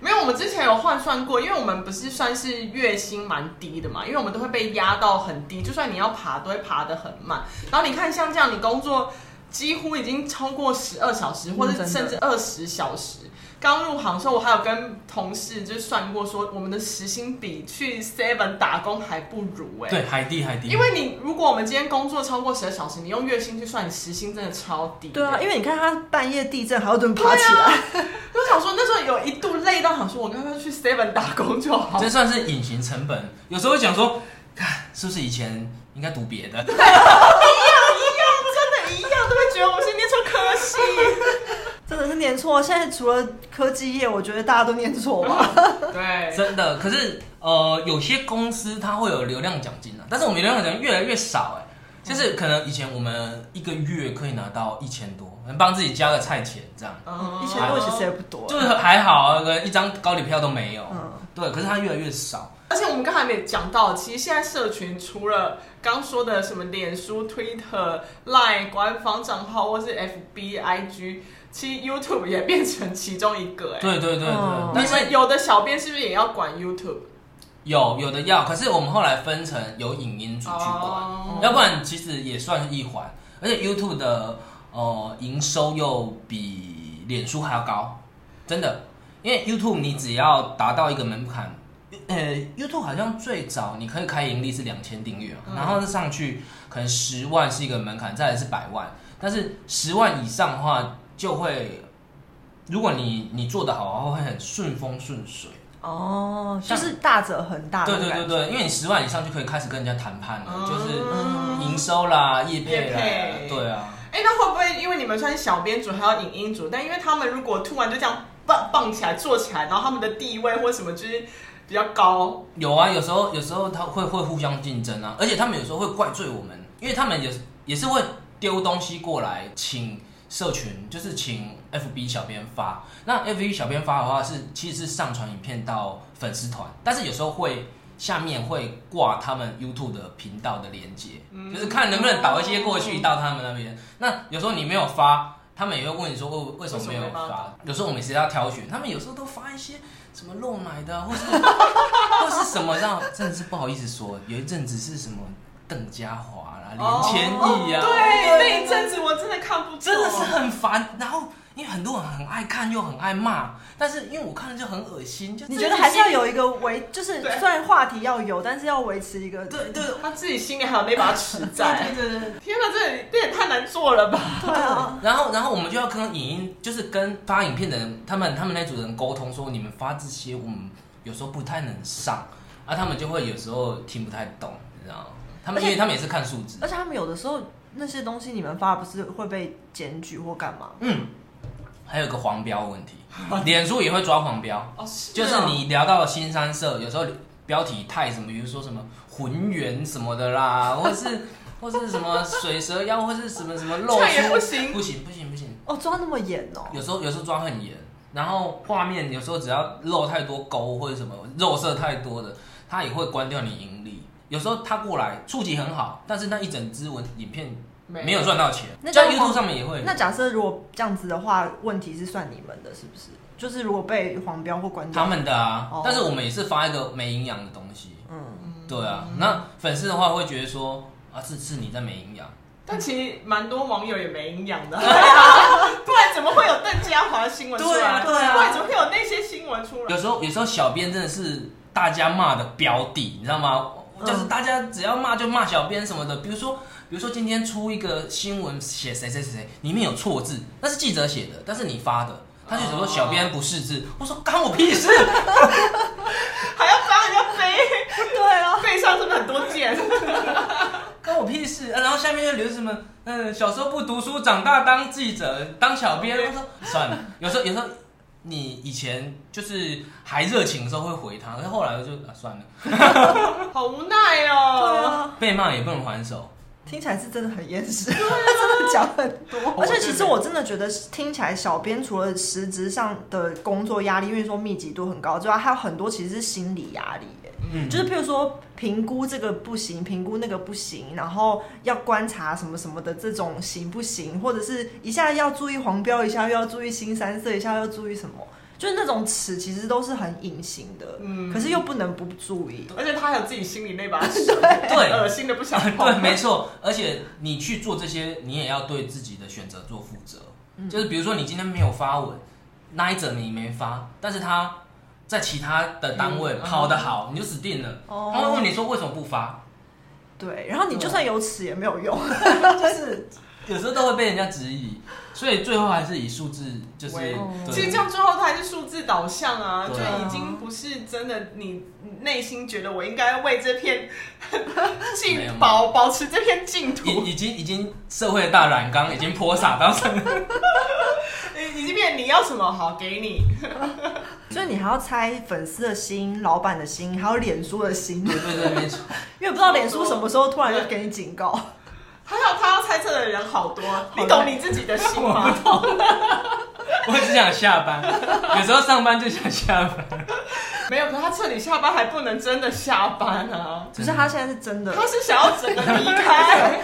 A: 没有。我们之前有换算过，因为我们不是算是月薪蛮低的嘛，因为我们都会被压到很低，就算你要爬都会爬得很慢。然后你看像这样，你工作几乎已经超过十二小时，
B: 嗯
A: 或者
B: 真的
A: 甚至二十小时。刚入行的时候，我还有跟同事就算过说，我们的时薪比去 Seven 打工还不如哎、
C: 对海地海地，
A: 因为你如果我们今天工作超过十二小时，你用月薪去算，你时薪真的超低的。
B: 对啊，因
A: 为
B: 为你看他半夜地震还要怎么
C: 啊
B: 爬起来？
A: 我想说那时候有一度累到想说，我刚刚去 Seven 打工就 *laughs* 好
C: 这。算是隐形成本。有时候会想说，看是不是以前应该读别的。
A: 真的，一样都会觉得我是念错科系。
B: 真的是念错。现在除了科技业，我觉得大家都念错吧。
A: *laughs* 对，
C: 真的，可是呃，有些公司它会有流量奖金啊，但是我们流量奖金越来越少哎、就是可能以前我们一个月可以拿到一千多，能帮自己加个菜钱这样，
A: 嗯
B: 以
C: 哦
B: 前多其实也不多。
C: 就是还好啊，可能一张高铁票都没有。
B: 嗯
C: 对，可是它越来越少。
A: 而且我们刚才没讲到，其实现在社群除了刚说的什么脸书、Twitter、Line 官方账号或是 FB、IG，其实 YouTube 也变成其中一个、哎，
C: 对对对对，
B: 嗯
C: 但
A: 你
C: 是
A: 们有的小编是不是也要管 YouTube？
C: 有有的要，可是我们后来分成有影音组去管，
A: 哦
C: 要不然其实也算是一环，而且 YouTube 的呃营收又比脸书还要高，真的，因为 YouTube 你只要达到一个门槛，呃，YouTube 好像最早你可以开盈利是两千订阅嘛，哦
A: 嗯
C: 然后再上去可能十万是一个门槛，再来是百万，但是十万以上的话就会，如果你你做得好的话，会很顺风顺水。
B: 哦，就
C: 像
B: 是大者恒大
C: 对
B: 的
C: 对对
B: 感觉。
C: 对，因为你十万以上就可以开始跟人家谈判了，就是
A: 嗯
C: 营收啦、业配啦，
A: 业配
C: 对啊。
A: 哎、那会不会因为你们算是小编组还有影音组，但因为他们如果突然就这样棒棒起来、做起来，然后他们的地位或什么就是比较高，
C: 有啊，有时候有时候他会会互相竞争啊，而且他们有时候会怪罪我们，因为他们也是也是会丢东西过来，请社群就是请 FB 小编发。那 FB 小编发的话是其实是上传影片到粉丝团，但是有时候会下面会挂他们 YouTube 的频
A: 嗯
C: 道的连接，就是看能不能导一些过去到他们那边。那有时候你没有发。他们也会问你说哦为为什么没有
A: 为什么没
C: 发
A: 发？
C: 有时候我们也是要挑选，他们有时候都发一些什么漏奶的啊，或是 *laughs* 或是什么让，真的是不好意思说，有一阵子是什么邓家华啦、
A: 哦
C: 林千亿啊，
A: 对，那一阵子我真的看不，
C: 真的是。很烦。然后因为很多人很爱看又很爱骂，但是因为我看了就很恶心，就
B: 你
C: 自
B: 觉得
C: 己
B: 还是要
C: 心里
B: 有一个维，就是
A: 对
B: 虽然话题要有，但是要维持一个
C: 对对。
A: 他自己心里还有那把尺在
C: *laughs* 对对对。
A: 天哪，这也这也太难做了吧！
B: 对啊，
C: 然后，然后我们就要跟影音，就是跟发影片的人，他们他们那组人沟通说，你们发这些，我们有时候不太能上，啊，他们就会有时候听不太懂，你知道吗？他们
B: 而且
C: 因为他们也是看数字
B: 而，且他们有的时候那些东西你们发不是会被检举或干嘛？
C: 嗯，还有个黄标问题，脸书也会抓黄标，
A: *laughs* 哦，是
C: 就是你聊到了新三社，有时候标题太什么，比如说什么浑圆什么的啦，或是或是什么水蛇腰，或是什么什么露
A: 这样也
C: 出，
A: 不行
C: 不行不行不行，
B: 哦，抓那么严哦，
C: 有时候有时候抓很严，然后画面有时候只要露太多沟或者什么肉色太多的，它也会关掉你盈利。有时候它过来触及很好，但是那一整支文影片没有赚到钱
B: 那，这
C: 在
B: 样的话
C: YouTube 上面也会。
B: 那假设如果这样子的话，问题是算你们的，是不是？就是如果被黄标或关掉，
C: 他们的啊，
B: 哦
C: 但是我们也是发一个没营养的东西，
B: 嗯，
C: 对啊。那粉丝的话会觉得说啊，是是你在没营养，
A: 但其实蛮多网友也没营养
C: *laughs*
A: 的，对啊不然怎么会有邓家华的新闻出
C: 对啊
A: 来？
C: 对啊
A: 不然怎么会有那些新闻出
C: 有
A: 来？
C: 时候有时候小编真的是大家骂的标的，你知道吗？
B: 嗯
C: 就是大家只要骂就骂小编什么的，比如说比如说今天出一个新闻写谁谁谁谁，里面有错字，那是记者写的，但是你发的。他就想说
A: 哦
C: 小编不识字，我说干我屁事，
A: 还要帮人家背，
B: *laughs* 对啊，
A: *laughs* 背上是不是很多
C: *laughs*
A: 箭？
C: 干我屁事。啊然后下面又留什么，嗯，小时候不读书，长大当记者，当小编。我说算了，有时候有时候你以前就是还热情的时候会回他，但是后来我就啊算了，
A: 好无奈
B: 对
A: 哦。
B: 啊，
C: 被骂也不能还手。
B: 听起来是真的很厌世， *laughs* 真的讲很多。啊而且其实我真的觉得听起来，小编除了实质上的工作压力，因为说密集度很高之外，还有很多其实是心理压力耶。
C: 嗯
B: 就是譬如说评估这个不行，评估那个不行，然后要观察什么什么的这种行不行，或者是一下要注意黄标，一下又要注意新三色，一下又要注意什么，就是那种尺其实都是很隐形的，
A: 嗯
B: 可是又不能不注意。
A: 而且他还有自己心里那把尺，
C: *laughs* 对
A: *laughs* 恶心的不想碰。
C: *laughs* 对，没错。而且你去做这些，你也要对自己的选择做负责。就是比如说，你今天没有发文，那一则你没发，但是他在其他的单位
A: 嗯
C: 跑得好，你就死定了。
B: 哦
C: 他会问你说为什么不发？
B: 对，然后你就算有尺也没有用，
C: 就是有时候都会被人家质疑，所以最后还是以数字就是
A: 为
C: 对
A: 其实这样最后它还是数字导向啊，就
C: 对啊
A: 已经不是真的你内心觉得我应该为这片 *laughs*
C: 没有
A: 净保保持这片净
C: 已
A: 土，
C: 已经已经社会的大染缸已经泼洒到上面。
A: 已已经变你要什么好给你，
B: 所以你还要猜粉丝的心、老板的心，还有脸书的心，
C: 对对对，没错。
B: 因为不知道脸书什么时候突然就给你警告。
A: 还有他要猜测的人好多，你懂你自己的心
C: *laughs*
A: 吗？
C: 我只想下班，有时候上班就想下班。
A: 没有，可他彻底下班还不能真的下班
C: *laughs*
A: 啊，
B: 可是他现在是真的，
A: 他是想要整个离开，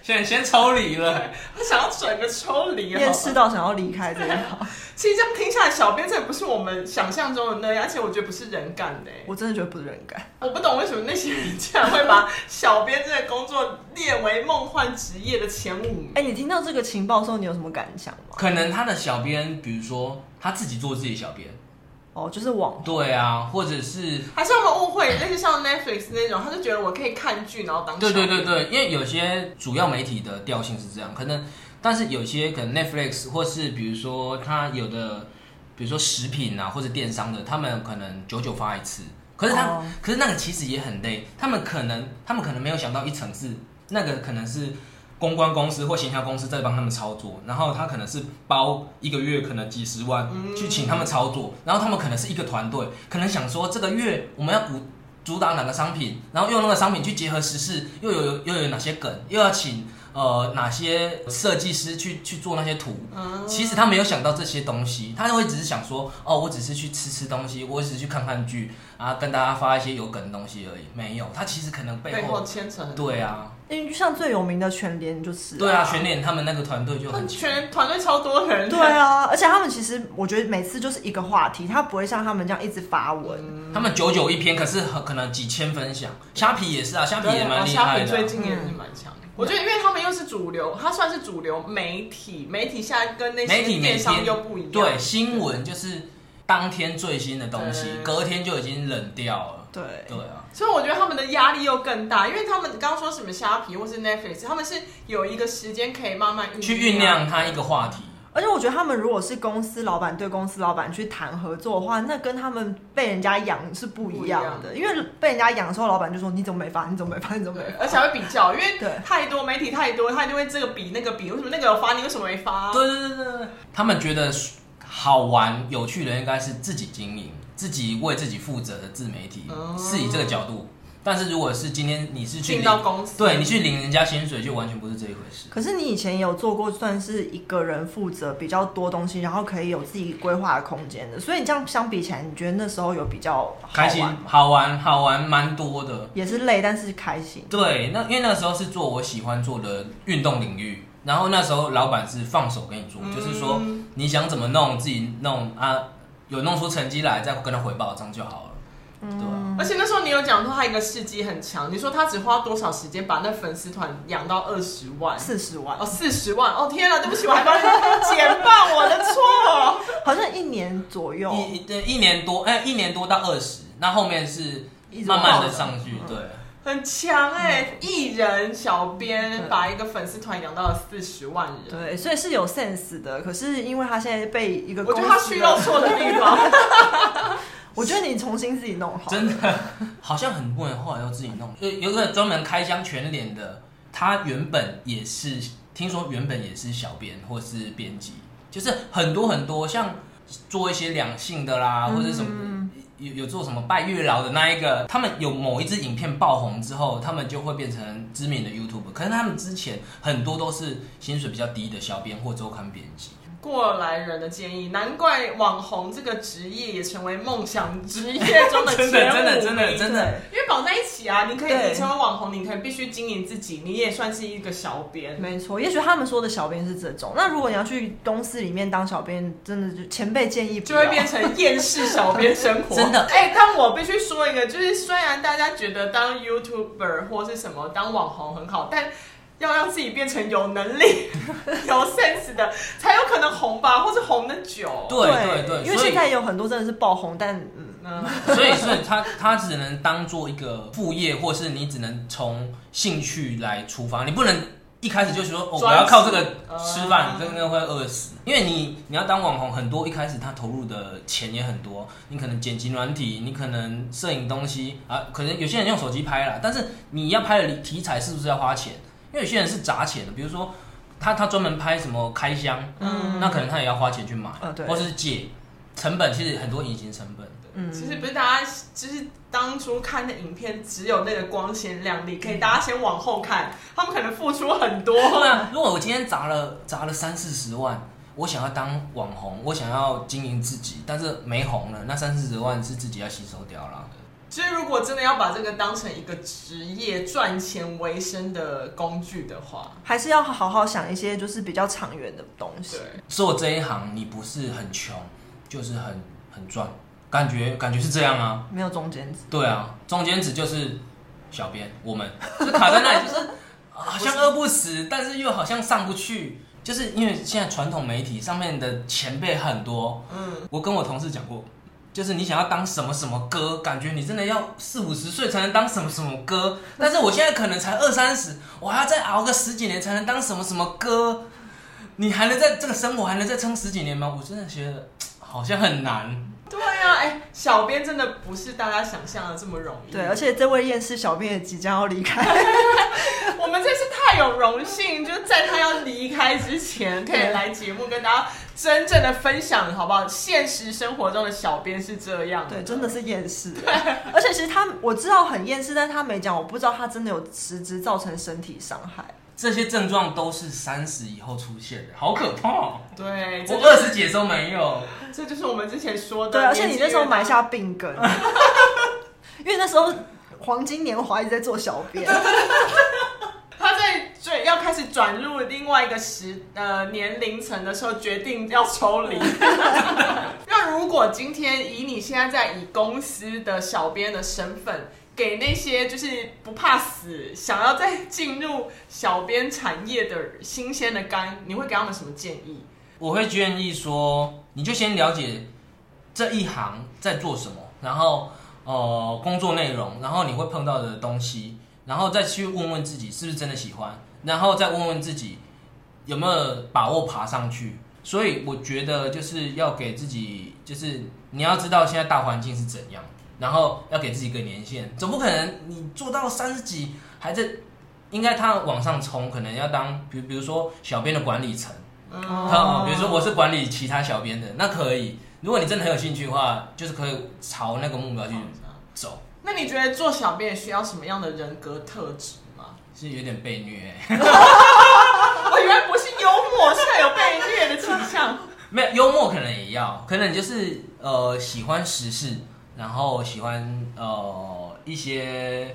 C: 现在先抽离了。
A: 他想要整个抽离。
B: 厌世到想要离开这一行， *laughs*
A: 其实这样听下来，小编真的不是我们想象中的那样，而且我觉得不是人干的、欸。
B: 我真的觉得不是人感。
A: 我不懂为什么那些人竟然会把小编这个工作列为梦幻职业的前五名。
B: 哎、你听到这个情报的时候，你有什么感想吗？
C: 可能他的小编，比如说他自己做自己小编，
B: 哦，就是网
C: 对啊，或者是
A: 还是他们误会，那些像 Netflix 那种，他就觉得我可以看剧然后当小
C: 对
A: 编
C: 对对对，因为有些主要媒体的调性是这样，可能但是有些可能 Netflix 或是比如说他有的，比如说食品啊或者电商的，他们可能久久发一次，可是他、
B: 哦
C: 可是那个其实也很累，他们可能他们可能没有想到一层是那个可能是。公关公司或行销公司在帮他们操作，然后他可能是包一个月可能几十万去请他们操作，然后他们可能是一个团队，可能想说这个月我们要鼓主打哪个商品，然后用那个商品去结合时事，又有有又有哪些梗，又要请呃哪些设计师去去做那些图。其实他没有想到这些东西，他就会只是想说，哦，我只是去吃吃东西，我只是去看看剧啊，跟大家发一些有梗的东西而已。没有，他其实可能背
A: 背
C: 后
A: 后牵扯很多。
C: 对啊，
B: 哎、因为像最有名的全联就是、
C: 对啊，全脸他们那个团队就很强。
A: 全团队超多人，
B: 对啊， *laughs* 而且他们其实我觉得每次就是一个话题，他不会像他们这样一直发文。
C: 他们九九一篇，可是很可能几千分享。虾皮也是啊，虾皮也蛮厉害
A: 对
C: 的
A: 最
C: 啊。
A: 近也是蛮强的。我觉得，因为他们又是主流，它算是主流媒体，媒体现在跟那些
C: 媒体每
A: 电商
C: 天
A: 又不一样。
C: 对新闻就是当天最新的东西，
A: 对
C: 隔天就已经冷掉了。
B: 对，
C: 对啊，
A: 所以我觉得他们的压力又更大，因为他们刚刚说什么虾皮或是 Netflix，他们是有一个时间可以慢慢
C: 去酝酿它一个话题。
B: 而且我觉得他们如果是公司老板对公司老板去谈合作的话，那跟他们被人家养是不一样的。因为被人家养的时候，老板就说你怎么没发，你怎么没发，你怎么没
A: 对
B: 发。，
A: 而且还会比较，因为
B: 对
A: 太多媒体太多，他就会这个比那个比，为什么那个有发，你为什么没发？
C: 对对对对对，他们觉得好玩有趣的应该是自己经营、自己为自己负责的自媒体，
A: 哦
C: 是以这个角度。但是如果是今天你是去
A: 进
C: 领
A: 到公司，
C: 对你去领人家薪水，就完全不是这一回事。
B: 可是你以前也有做过，算是一个人负责比较多东西，然后可以有自己规划的空间的。所以你这样相比起来，你觉得那时候有比较好玩
C: 开心
B: 吗，
C: 好玩，好玩蛮多的。
B: 也是累，但是开心。
C: 对，那因为那时候是做我喜欢做的运动领域，然后那时候老板是放手给你做，就是说
A: 嗯
C: 你想怎么弄自己弄啊，有弄出成绩来再跟他回报，这样就好了。对啊，
A: 而且那时候你有讲说他一个事迹很强，你说他只花多少时间把那粉丝团养到二十万？
B: 四
A: *laughs*
B: 十万
A: 哦，，四十万！哦天啊，对不起，我还帮你减半，我的错。
B: 好像一年左右，
C: 一对一年多，哎、一年多到二十，那后面是
B: 一直
C: 慢慢的
B: 往上
C: 上去，对。
A: 很强哎、艺人小编
B: 对
A: 把一个粉丝团养到了四十万人，
B: 对，所以是有 sense 的。可是因为他现在被一个
A: 我
B: 公
A: 觉
B: 司
A: 得他需
B: 的，
A: 要错的地方。
B: *laughs* 我觉得你重新自己弄好，
C: *laughs* 真的，好像很多人后来都自己弄。有有一个专门开箱全脸的，他原本也是，听说原本也是小编或是编辑，就是很多很多像做一些两性的啦，或者什么。有有做什么拜月老的那一个，他们有某一支影片爆红之后，他们就会变成知名的 YouTube。可是他们之前很多都是薪水比较低的小编或周刊编辑，
A: *laughs* 过来人的建议，难怪网红这个职业也成为梦想职业中的
C: *laughs* 真
A: 前
C: 的
A: 五
C: 真的真的
A: 名
C: 真的，
A: 因为绑在一起啊，你可以
B: 对
A: 你成为网红，你可以必须经营自己，你也算是一个小编。
B: 没错，也许他们说的小编是这种。那如果你要去公司里面当小编，真的就前辈建议不
A: 就会
B: 要
A: 变成厌世小编生活，
C: 真的
A: 哎、但我必须说一个，就是虽然大家觉得当 YouTuber 或是什么当网红很好，但要让自己变成有能力、 *laughs* 有 sense 的，才有可能红吧，或是红的久。
C: 对对对，
B: 因为
C: 所以
B: 现在有很多真的是爆红，但嗯，
A: 嗯，
C: 所以，所以他他只能当做一个副业，或是你只能从兴趣来出发，你不能一开始就说哦，我
A: 专
C: 要靠这
A: 职
C: 个
A: 呃
C: 吃饭，真的会饿死。因为你你要当网红，很多一开始他投入的钱也很多，你可能剪辑软体，你可能摄影东西啊，可能有些人用手机拍啦，但是你要拍的题材是不是要花钱？因为有些人是砸钱的，比如说他他专门拍什么开箱，
A: 嗯
C: 那可能他也要花钱去买，
B: 呃对
C: 或是借，成本其实很多隐形成本。
A: 其实不是大家，就是当初看的影片只有那个光鲜亮丽，可以大家先往后看，他们可能付出很多。
C: 对啊，如果我今天砸了砸了三四十万，我想要当网红，我想要经营自己，但是没红了，那三四十万是自己要吸收掉了。
A: 就是如果真的要把这个当成一个职业赚钱为生的工具的话，
B: 还是要好好想一些就是比较长远的东西
A: 对。，
C: 做这一行，你不是很穷，就是很很赚，感觉感觉是这样啊。
B: 没有中间值，
C: 对啊，中间值就是小编，我们 *laughs* 就是卡在那里，就是好像饿不死，但是又好像上不去。就是因为现在传统媒体上面的前辈很多，
A: 嗯，
C: 我跟我同事讲过，就是你想要当什么什么哥，感觉你真的要四五十岁才能当什么什么哥，但是我现在可能才二三十，我还要再熬个十几年才能当什么什么哥，你还能在这个生活还能再撑十几年吗？我真的觉得好像很难。
A: 对啊，哎、小编真的不是大家想象的这么容易。
B: 对，而且这位厌世小编也即将要离开，
A: 我们真是太有荣幸，就是在他要离开之前，可以来节目跟大家真正的分享，好不好？现实生活中的小编是这样
B: 对，真的是厌世。 *laughs* 而且其实他我知道很厌世，但是他没讲，我不知道他真的有实质造成身体伤害。
C: 这些症状都是三十以后出现的，好可怕、哦！
A: 对，哎这
C: 我
A: 就
C: 二十几的时候没有，
A: 这就是我们之前说的。
B: 对，而且你那时候埋
A: 买。
B: 下病根， *laughs*
A: *laughs*
B: 因为那时候黄金年华一直在做小编，
A: 他开始转入另外一个时呃年龄层的时候，决定要抽 *laughs* 离。那如果今天以你现在在以公司的小编的身份，给那些就是不怕死、想要再进入小编产业的新鲜的肝，你会给他们什么建议？
C: 我会建议说，你就先了解这一行在做什么，然后呃工作内容，然后你会碰到的东西，然后再去问问自己是不是真的喜欢，然后再问问自己有没有把握爬上去。所以我觉得就是要给自己，就是你要知道现在大环境是怎样，然后要给自己一个年限，总不可能你做到三十几还在，应该他往上冲，可能要当比如比如说小编的管理层。
A: 嗯，
B: 哦
C: 他比如说我是管理其他小编的，那可以。如果你真的很有兴趣的话，就是可以朝那个目标去走，
A: 那你觉得做小编需要什么样的人格特质吗？
C: 是有点被虐、
A: 我哦原来不是幽默，是有被虐的倾向。
C: 没有幽默可能也要，可能你就是呃喜欢时事，然后喜欢呃一些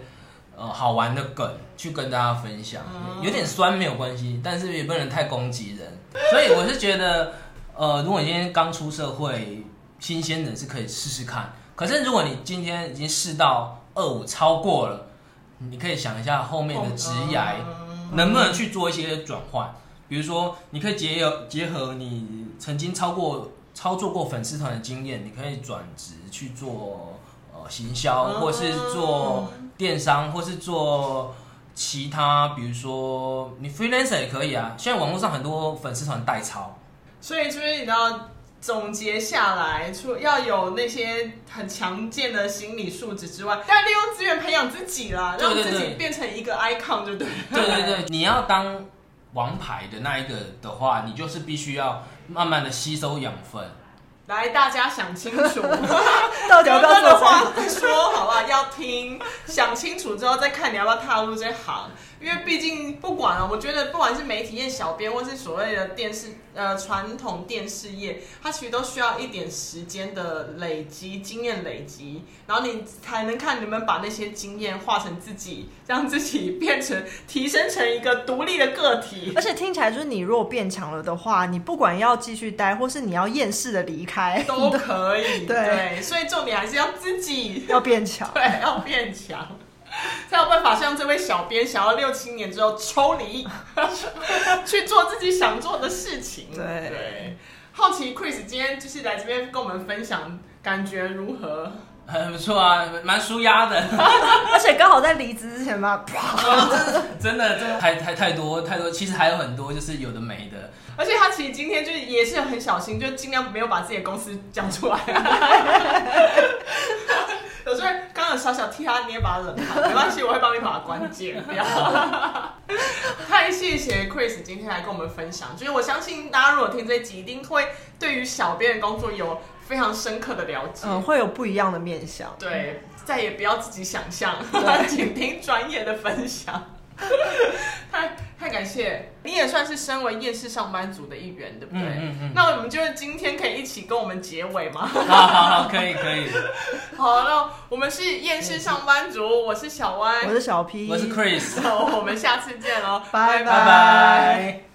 C: 呃好玩的梗去跟大家分享，有点酸没有关系，但是也不能太攻击人。所以我是觉得，呃，如果你今天刚出社会，新鲜人是可以试试看。可是如果你今天已经试到二五超过了，你可以想一下后面的职涯能不能去做一些转换？比如说，你可以结合结合你曾经超过操作过粉丝团的经验，你可以转职去做呃行销，
A: 嗯
C: 或是做电商，或是做其他，比如说你 freelancer 也可以啊。现在网络上很多粉丝团代 *laughs* 操，
A: 所以就是你知道，总结下来，除要有那些很强健的心理素质之外，但利用资源培养自己啦，
C: 对
A: 让
C: 对
A: 自己
C: 对
A: 变成一个 icon 就对了。
C: 对对对，你要当王牌的那一个的话，你就是必须要慢慢的吸收养分。
A: *laughs*
C: *laughs*
A: 来，大家想清楚，
B: 到底要
A: 有
B: 不要
A: 哥
B: 做
A: 的
B: 三
A: 话再说，好不好？要听，想清楚之后再看你要不要踏入这行，因为毕竟不管啊，我觉得不管是媒体业、小编，或是所谓的电视呃传统电视业，它其实都需要一点时间的累积、经验累积，然后你才能看能不能把那些经验化成自己，让自己变成提升成一个独立的个体。
B: 而且听起来就是，你如果变强了的话，你不管要继续待，或是你要厌世的离开，
A: 都可以，
B: 对
A: 对，所以重点还是要自己。
B: 要变强。
A: 对，要变强，才有办法像这位小编，想要六七年之后抽离，去做自己想做的事情。
B: 对
A: 好奇 Chris 今天就是来这边跟我们分享，感觉如何？
C: 很不错啊，蛮舒压的。 *laughs*
B: 而且刚好在离职之前吧，啪
C: 真的，真的太太太多太多，其实还有很多就是有的没的。
A: 而且他其实今天就是也是很小心，就尽量没有把自己的公司讲出来。 *laughs* 有时候刚刚小小替他捏把冷汗，没关系，我会帮你把它关键不要。 *laughs* 太谢谢 Chris 今天来跟我们分享，就是我相信大家如果听这一集，一定会对于小编的工作有非常深刻的了解。
B: 嗯，会有不一样的面相。
A: 对，再也不要自己想象， *laughs*
B: 对
A: 请听专业的分享。 *laughs* 太太感谢，你也算是身为厌世上班族的一员，对不对？
C: 嗯嗯嗯
A: 那我们就是今天可以一起跟我们结尾吗？ *laughs*
C: 好好好，可以可以。
A: 好，那我们是厌世上班族，我是小歪 *laughs*
B: 我，是小 P，
C: 我是 Chris，
A: 我们下次见喽，
B: 拜
C: 拜拜。